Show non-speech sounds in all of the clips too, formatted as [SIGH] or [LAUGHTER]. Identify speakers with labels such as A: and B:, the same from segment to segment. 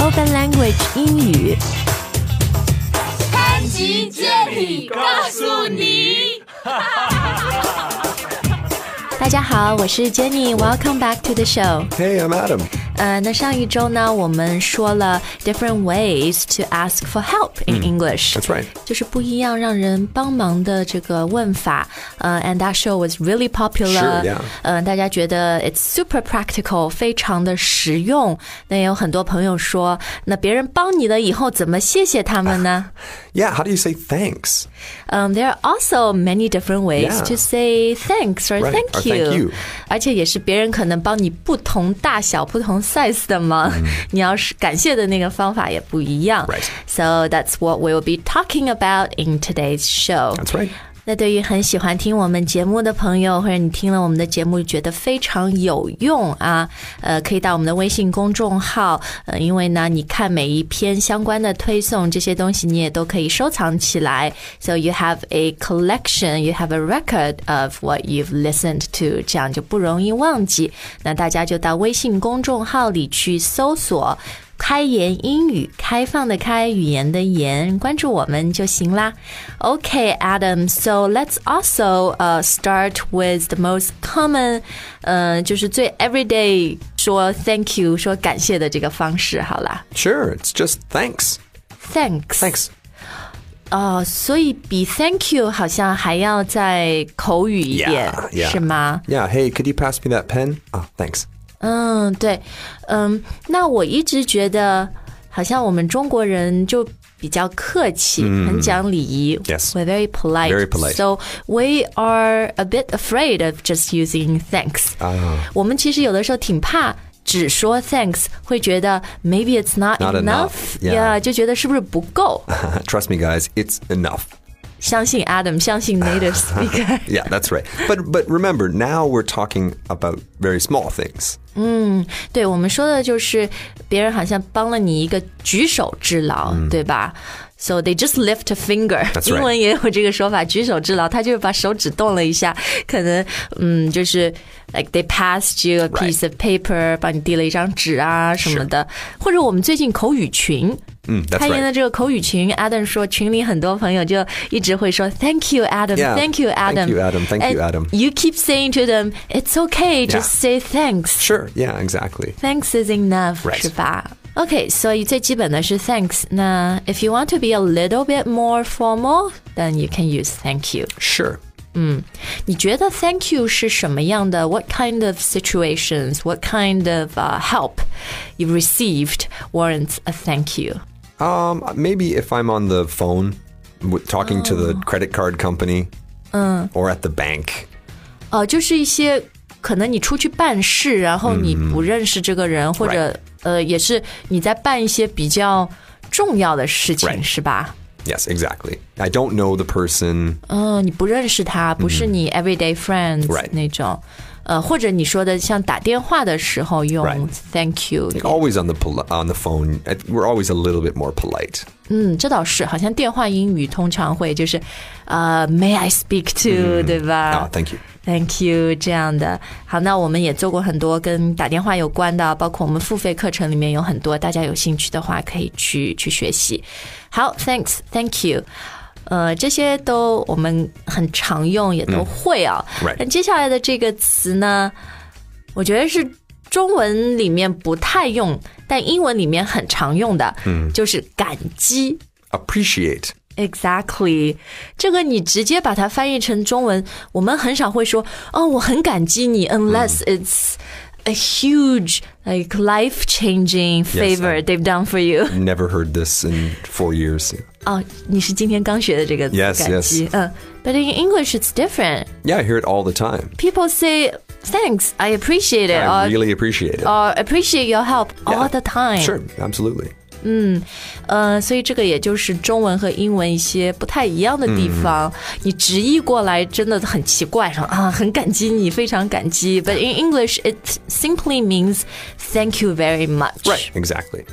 A: Open Language 英语。
B: 潘吉建里告诉你，
A: 大家好，我是 Jenny，Welcome back to the show。
C: Hey, I'm Adam.
A: 呃，那上一周呢，我们说了 different ways to ask for help in English，、
C: Mm, That's right.
A: 就是不一样让人帮忙的这个问法。呃、a n d that show was really popular。
C: 是，yeah
A: 呃，大家觉得 it's super practical，非常的实用。那也有很多朋友说，那别人帮你了以后怎么谢谢他们呢？
C: Yeah, how do you say thanks?
A: Um, there are also many different ways
C: Yeah.
A: to say thanks or
C: Right,
A: thank
C: or
A: you，,
C: thank you.
A: 而且也是别人可能帮你不同大小、不同 size 的忙， [LAUGHS] 你要是感谢的那个方法也不一样。
C: Mm-hmm. Right.
A: So that's what we'll be talking about in today's show.
C: That's right.
A: 那对于很喜欢听我们节目的朋友，或者你听了我们的节目觉得非常有用啊，呃，可以到我们的微信公众号，呃，因为呢，你看每一篇相关的推送，这些东西你也都可以收藏起来。So you have a collection, you have a record of what you've listened to，这样就不容易忘记。那大家就到微信公众号里去搜索。开言英语，开放的开，语言的言，关注我们就行啦。Okay, Adam. So let's also uh start with the most common，呃，就是最 everyday 说 thank you 说感谢的这个方式，好啦
C: Sure, it's just thanks.
A: ，thanks。
C: Thanks.
A: 哦，所以比 thank you 好像还要再口语一点
C: Yeah, yeah.
A: 是吗？
C: Yeah, hey, could you pass me that pen? Ah, thanks.
A: 嗯，对，嗯，那我一直觉得，好像我们中国人就比较客气，很讲礼仪。
C: 嗯 Yes.
A: we're very polite.
C: Very polite.
A: So we are a bit afraid of just using thanks.
C: 啊
A: 我们其实有的时候挺怕。只说 thanks，会觉得 maybe it's not
C: Not enough.
A: yeah.
C: Yeah.
A: 就觉得是不是不够？
C: Uh-huh, Trust me, guys, it's enough.
A: 相信 Adam，相信 native speaker。
C: Yeah, that's right. But but remember, now we're talking about very small things.
A: 对，我们说的就是别人好像帮了你一个举手之劳，对吧？So they just lift a finger，、
C: That's
A: 英
C: right.
A: 文也有这个说法，举手之劳，他就是把手指动了一下，可能嗯，就是 like they passed you a
C: Right.
A: piece of paper，帮你递了一张纸啊什么的，或者我们最近口语群。
C: Mm, that's
A: 开言的
C: right.
A: 这个口语群，Adam 说，群里很多朋友就一直会说 Thank you, Adam.
C: Yeah.
A: Thank you, Adam.
C: Thank you, Adam. Thank you,
A: And
C: Adam.
A: You keep saying to them, it's okay,
C: Yeah.
A: just say thanks.
C: Sure, yeah, exactly.
A: Thanks is enough，、
C: Right.
A: 是吧？OK，所以最基本的是 thanks。那 if you want to be a little bit more formal，then you can use thank you。
C: Sure.
A: 你觉得 thank you 是什么样的？What kind of situations？What kind of、uh, help you received warrants a thank you？
C: Um, maybe if I'm on the phone w- talking to the credit card company or at the bank.
A: 哦、就是一些可能你出去办事，然后你不认识这个人，或者呃，也是你在办一些比较重要的事情
C: Right.
A: 是吧？
C: Yes, exactly. I don't know the person.
A: 嗯，你不认识他，不是你 everyday friends、
C: Right.
A: 那种，呃，或者你说的像打电话的时候用
C: Right.
A: thank you，
C: Always on the pol- on the phone. I- We're always a little bit more polite.
A: 嗯，这倒是，好像电话英语通常会就是，呃，May I speak to，、对吧
C: Ah, thank you.
A: Thank you 这样的。好，那我们也做过很多跟打电话有关的，包括我们付费课程里面有很多，大家有兴趣的话可以去去学习。好，Thanks，Thank you。呃，这些都我们很常用，也都会啊。
C: Right
A: 那接下来的这个词呢，我觉得是中文里面不太用，但英文里面很常用的，嗯，就是感激。
C: Appreciate.
A: Exactly，这个你直接把它翻译成中文，我们很少会说哦，我很感激你，unless
C: Hmm.
A: it's a huge like life changing
C: Yes,
A: favor
C: I-
A: they've done for you。 [LAUGHS]
C: Never heard this in four years.
A: 哦，你是今天刚学的这个
C: Yes,
A: 感激，嗯，But Uh, in English it's different.
C: Yeah, I hear it all the time.
A: People say thanks, I appreciate it,
C: I
A: or
C: really appreciate it.
A: or appreciate your help all
C: Yeah,
A: the time.
C: Sure, absolutely.
A: 呃，所以这个也就是中文和英文一些不太一样的地方。你直译过来真的很奇怪，说啊，很感激你，非常感激。But in English, it simply means thank you very much.
C: Right, exactly.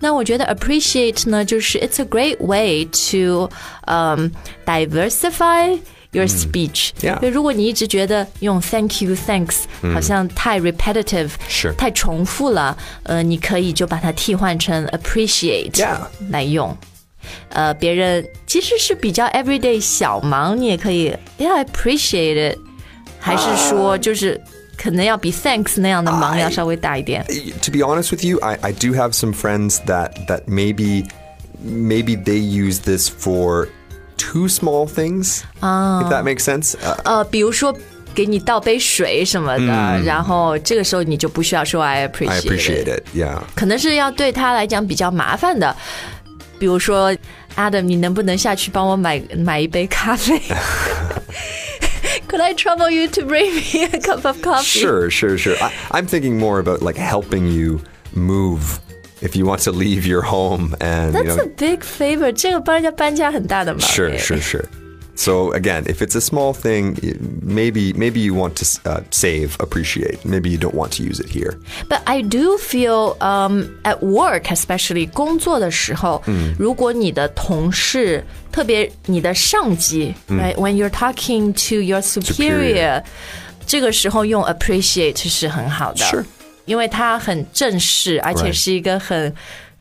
A: 那我觉得 appreciate 呢，就是 it's a great way to um diversify your speech。
C: Mm. Yeah Mm
A: 对，如果你一直觉得用 thank you thanks 好像太 repetitive，
C: 是
A: 太重复了，呃，你可以就把它替换成 appreciate
C: Yeah
A: 来用。呃，别人即使是比较 everyday 小忙，你也可以 yeah I appreciate it，还是
C: 啊
A: 说就是可能要比 thanks 那样的
C: 哎
A: 忙要稍微大一点。
C: to be honest with you, I, I do have some friends that that maybe maybe they use this for too small things.
A: Oh.
C: If that makes sense. Uh,
A: 呃，比如说给你倒杯水什么的，然后这个时候你就不需要说 I appreciate，,
C: 嗯 I
A: it
C: appreciate it. Yeah.
A: 可能是要对他来讲比较麻烦的，比如说 Adam，你能不能下去帮我买买一杯咖啡 [LAUGHS] ？Could I trouble you to bring me a cup of coffee？
C: Sure, sure, sure. I, I'm thinking more about like helping you move if you want to leave your home and you
A: That's
C: know,
A: a big favor，这个帮人家搬家很大的忙。
C: Sure,
A: 哎
C: sure, sure. So again, if it's a small thing, y- maybe maybe you want to uh, save, appreciate. Maybe you don't want to use it here.
A: But I do feel, um, at work, especially 工作的时候，如果你的同事，特别你的上级、r i g h t when you're talking to your superior，,
C: Superior
A: 这个时候用 appreciate 是很好的
C: Sure
A: 因为它很正式，而且
C: Right
A: 是一个很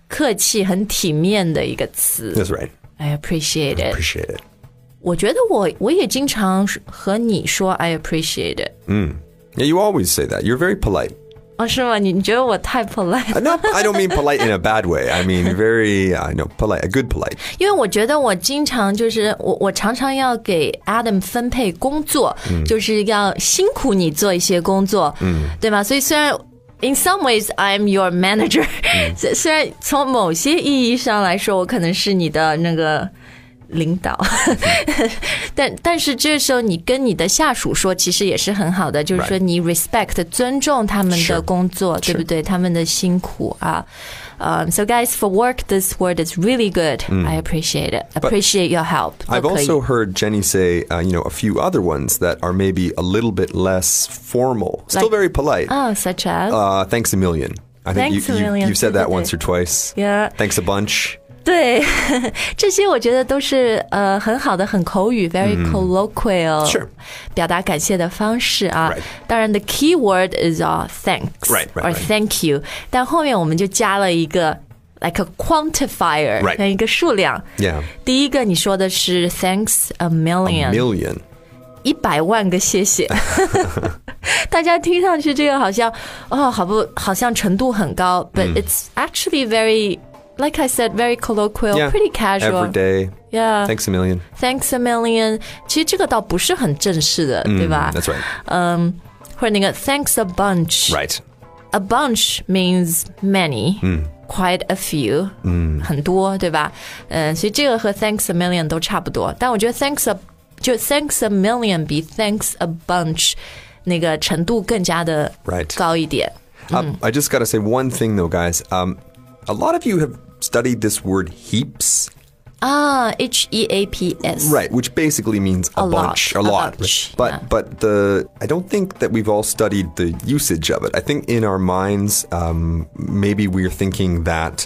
A: 客气、很体面的一个词。
C: That's right.
A: I appreciate it.
C: Appreciate it.
A: 我觉得我我也经常和你说 I appreciate it。
C: Yeah, you always say that. You're very polite.
A: 哦，是吗？你你觉得我太 polite？
C: Uh, Not, I don't mean polite in a bad way.
A: [LAUGHS]
C: I mean very, I know, polite, a good polite.
A: 因为我觉得我经常就是我我常常要给 Adam 分配工作，就是要辛苦你做一些工作，嗯，对吧？所以虽然 in some ways I'm your manager，、虽虽然从某些意义上来说，我可能是你的那个。领导， [LAUGHS] 但但是这时候你跟你的下属说，其实也是很好的，就是说
C: Right
A: 你 respect 尊重他们的
C: Sure
A: 工作，对不对？他们的辛苦啊。Um, so guys, for work, this word is really good. I appreciate it. Appreciate your help.
C: Mm. I've
A: 都可以
C: also heard Jenny say, uh, you know, a few other ones that are maybe a little bit less formal, still
A: Like-
C: very polite.
A: oh, such as
C: Uh, thanks a million. I think
A: Thanks a
C: you, you,
A: million.
C: you've said that
A: Okay.
C: once or twice.
A: yeah.
C: Thanks a bunch.
A: 对， [LAUGHS] 这些我觉得都是呃很好的，很口语，very colloquial，、
C: Mm-hmm. Sure
A: 表达感谢的方式啊。
C: Right
A: 当然，the key word is all thanks
C: Right, right,
A: or
C: right.
A: thank you，但后面我们就加了一个 like a quantifier，
C: Right
A: 像一个数量。
C: Yeah.
A: 第一个你说的是 thanks a
C: A
A: million，
C: million.
A: 一百万个谢
C: [LAUGHS]
A: 谢。大家听上去这个好像哦，好不好像程度很高、b u
C: 嗯
A: t it's actually very like I said very colloquial,
C: Yeah.
A: pretty casual.
C: Every day.
A: Yeah,
C: Thanks a million. Mm,
A: thanks a million。其实这个倒不是很正式的，对吧
C: Mm,？that's right.
A: 或者那个 thanks a bunch。
C: Right.
A: A bunch means many.
C: Hmm.
A: Quite a few. 嗯，很多，对吧？嗯，所以这个和 thanks a million 都差不多。但我觉得 thanks a 就 thanks a million 比 thanks a bunch 那个程度更加的
C: Right.
A: 高一点。Mm.
C: Um, I just got to say one thing though, guys. Um, a lot of you have studied this word heaps,
A: 啊，H E A P S。
C: right? Which basically means a,
A: A lot,
C: bunch,
A: a
C: a lot.
A: bunch,
C: But
A: yeah.
C: but the I don't think that we've all studied the usage of it. I think in our minds, um, maybe we're thinking that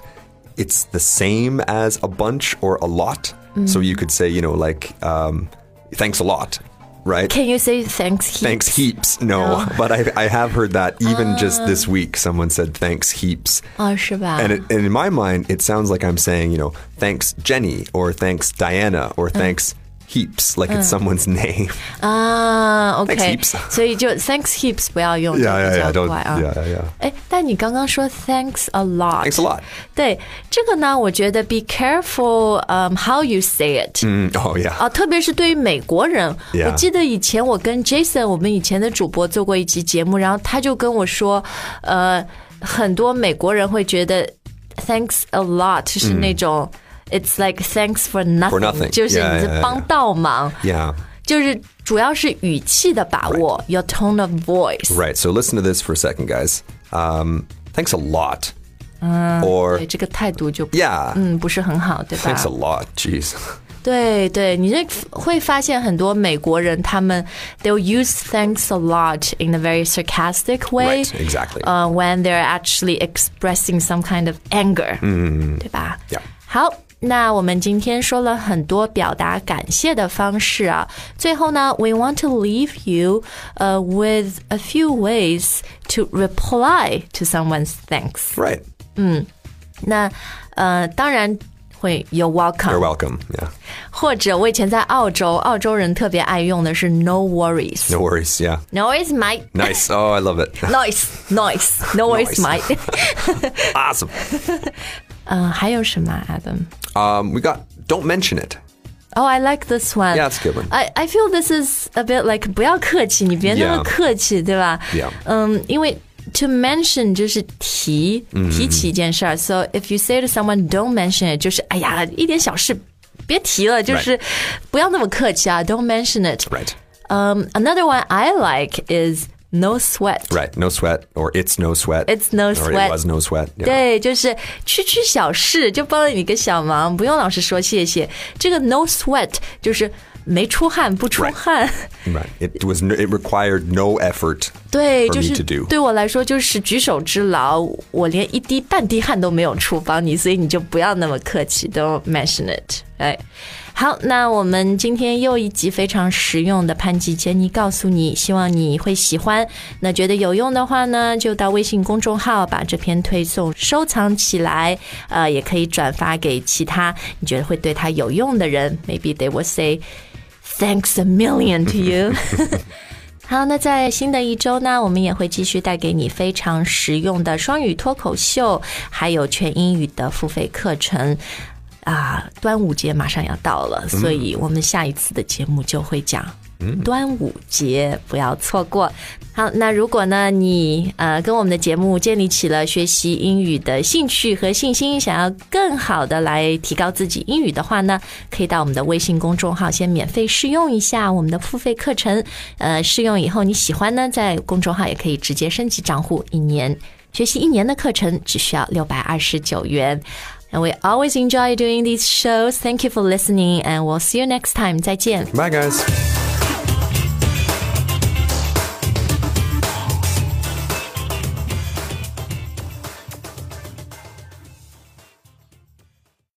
C: it's the same as a bunch or a lot.
A: Mm.
C: So you could say, you know, like um, thanks a lot, right?
A: Can you say thanks? Heaps?
C: Thanks heaps. No, [LAUGHS] but I, I have heard that even just this week, someone said thanks heaps.
A: 啊，是吧？
C: And, it, and in my mind, it sounds like I'm saying, you know, thanks Jenny or thanks Diana or thanks heaps, like it's someone's [LAUGHS] name.
A: 啊，OK，
C: Thanks heaps
A: 所以就 thanks heaps 不要用，这个比较
C: Don't,
A: 怪啊。
C: yeah, yeah.
A: 哎，但你刚刚说 thanks a lot。
C: Thanks a lot.
A: 对这个呢，我觉得 be careful，嗯、h o w you say it。
C: Mm, oh, yeah.
A: 啊，特别是对于美国人我
C: Yeah.
A: 记得以前我跟 Jason，我们以前的主播做过一期节目，然后他就跟我说，呃，很多美国人会觉得 thanks a lot 就是那种、it's like thanks for nothing，,
C: 嗯 For nothing.
A: 就是你
C: Yeah,
A: 是
C: yeah, yeah,
A: 帮倒忙
C: yeah.
A: 就是主要是语气的把握 y o u r tone of voice。
C: Right. So listen to this for a second, guys. Um, thanks a lot. or,
A: 对这个态度就不
C: yeah.
A: 嗯不是很好，对吧
C: Thanks a lot. Jeez. [LAUGHS]
A: 对对，你这会发现很多美国人他们 they'll use thanks a lot in a very sarcastic way，uh,
C: Right, exactly.
A: 呃、w h e n they're actually expressing some kind of anger，嗯，对吧
C: Yeah.
A: 好，那我们今天说了很多表达感谢的方式啊，最后呢，we want to leave you 呃、with a few ways to reply to someone's thanks。
C: Right.
A: 那呃，当然会有 welcome。
C: You're welcome. Yeah.
A: 或者我以前在澳洲，澳洲人特别爱用的是 no worries。
C: No worries. Yeah.
A: No worries, mate.
C: Nice. Oh, I love it. [LAUGHS]
A: Nice, nice. No worries,
C: Nice. [LAUGHS]
A: mate.
C: awesome.
A: 嗯，还有什么啊，Adam？
C: Um, we got don't mention it.
A: Oh, I like this one.
C: Yeah, it's a good one.
A: I I feel this is a bit like 不要客气，你别那么
C: Yeah.
A: 客气，对吧
C: Yeah.
A: 嗯，因为 to mention 就是提提起一件事儿。So if you say to someone don't mention it，就是哎呀，一点小事别提了，就是不要那么客气啊。Don't mention it。
C: Right.
A: Um, another one I like is no sweat.
C: Right. No sweat or it's no sweat.
A: It's no
C: or
A: sweat.
C: It was no sweat. Yeah.
A: 对，就是区区小事就帮了你个小忙，不用老是说谢谢。这个 no sweat 就是没出汗不出
C: Right.
A: 汗。
C: Right. It was no, it required no effort.
A: 对，
C: For
A: 就
C: me
A: 是
C: to do.
A: 对我来说就是举手之劳，我连一滴半滴汗都没有出，帮你，所以你就不要那么客气，don't mention it。哎，好，那我们今天又一集非常实用的潘吉杰尼告诉你，希望你会喜欢。那觉得有用的话呢，就到微信公众号把这篇推送收藏起来，呃，也可以转发给其他你觉得会对他有用的人，maybe they will say thanks a million to you 。
C: [LAUGHS]
A: 好，那在新的一周呢，我们也会继续带给你非常实用的双语脱口秀，还有全英语的付费课程。啊，端午节马上要到了，所以我们下一次的节目就会讲。端午节不要错过。好，那如果呢，你呃跟我们的节目建立起了学习英语的兴趣和信心，想要更好的来提高自己英语的话呢，可以到我们的微信公众号先免费试用一下我们的付费课程。呃，试用以后你喜欢呢，在公众号也可以直接升级账户，一年学习一年的课程只需要六百二十九元。And we 呃 always enjoy doing these shows. Thank you for listening, and we'll see you next time. 再见。
C: Bye guys.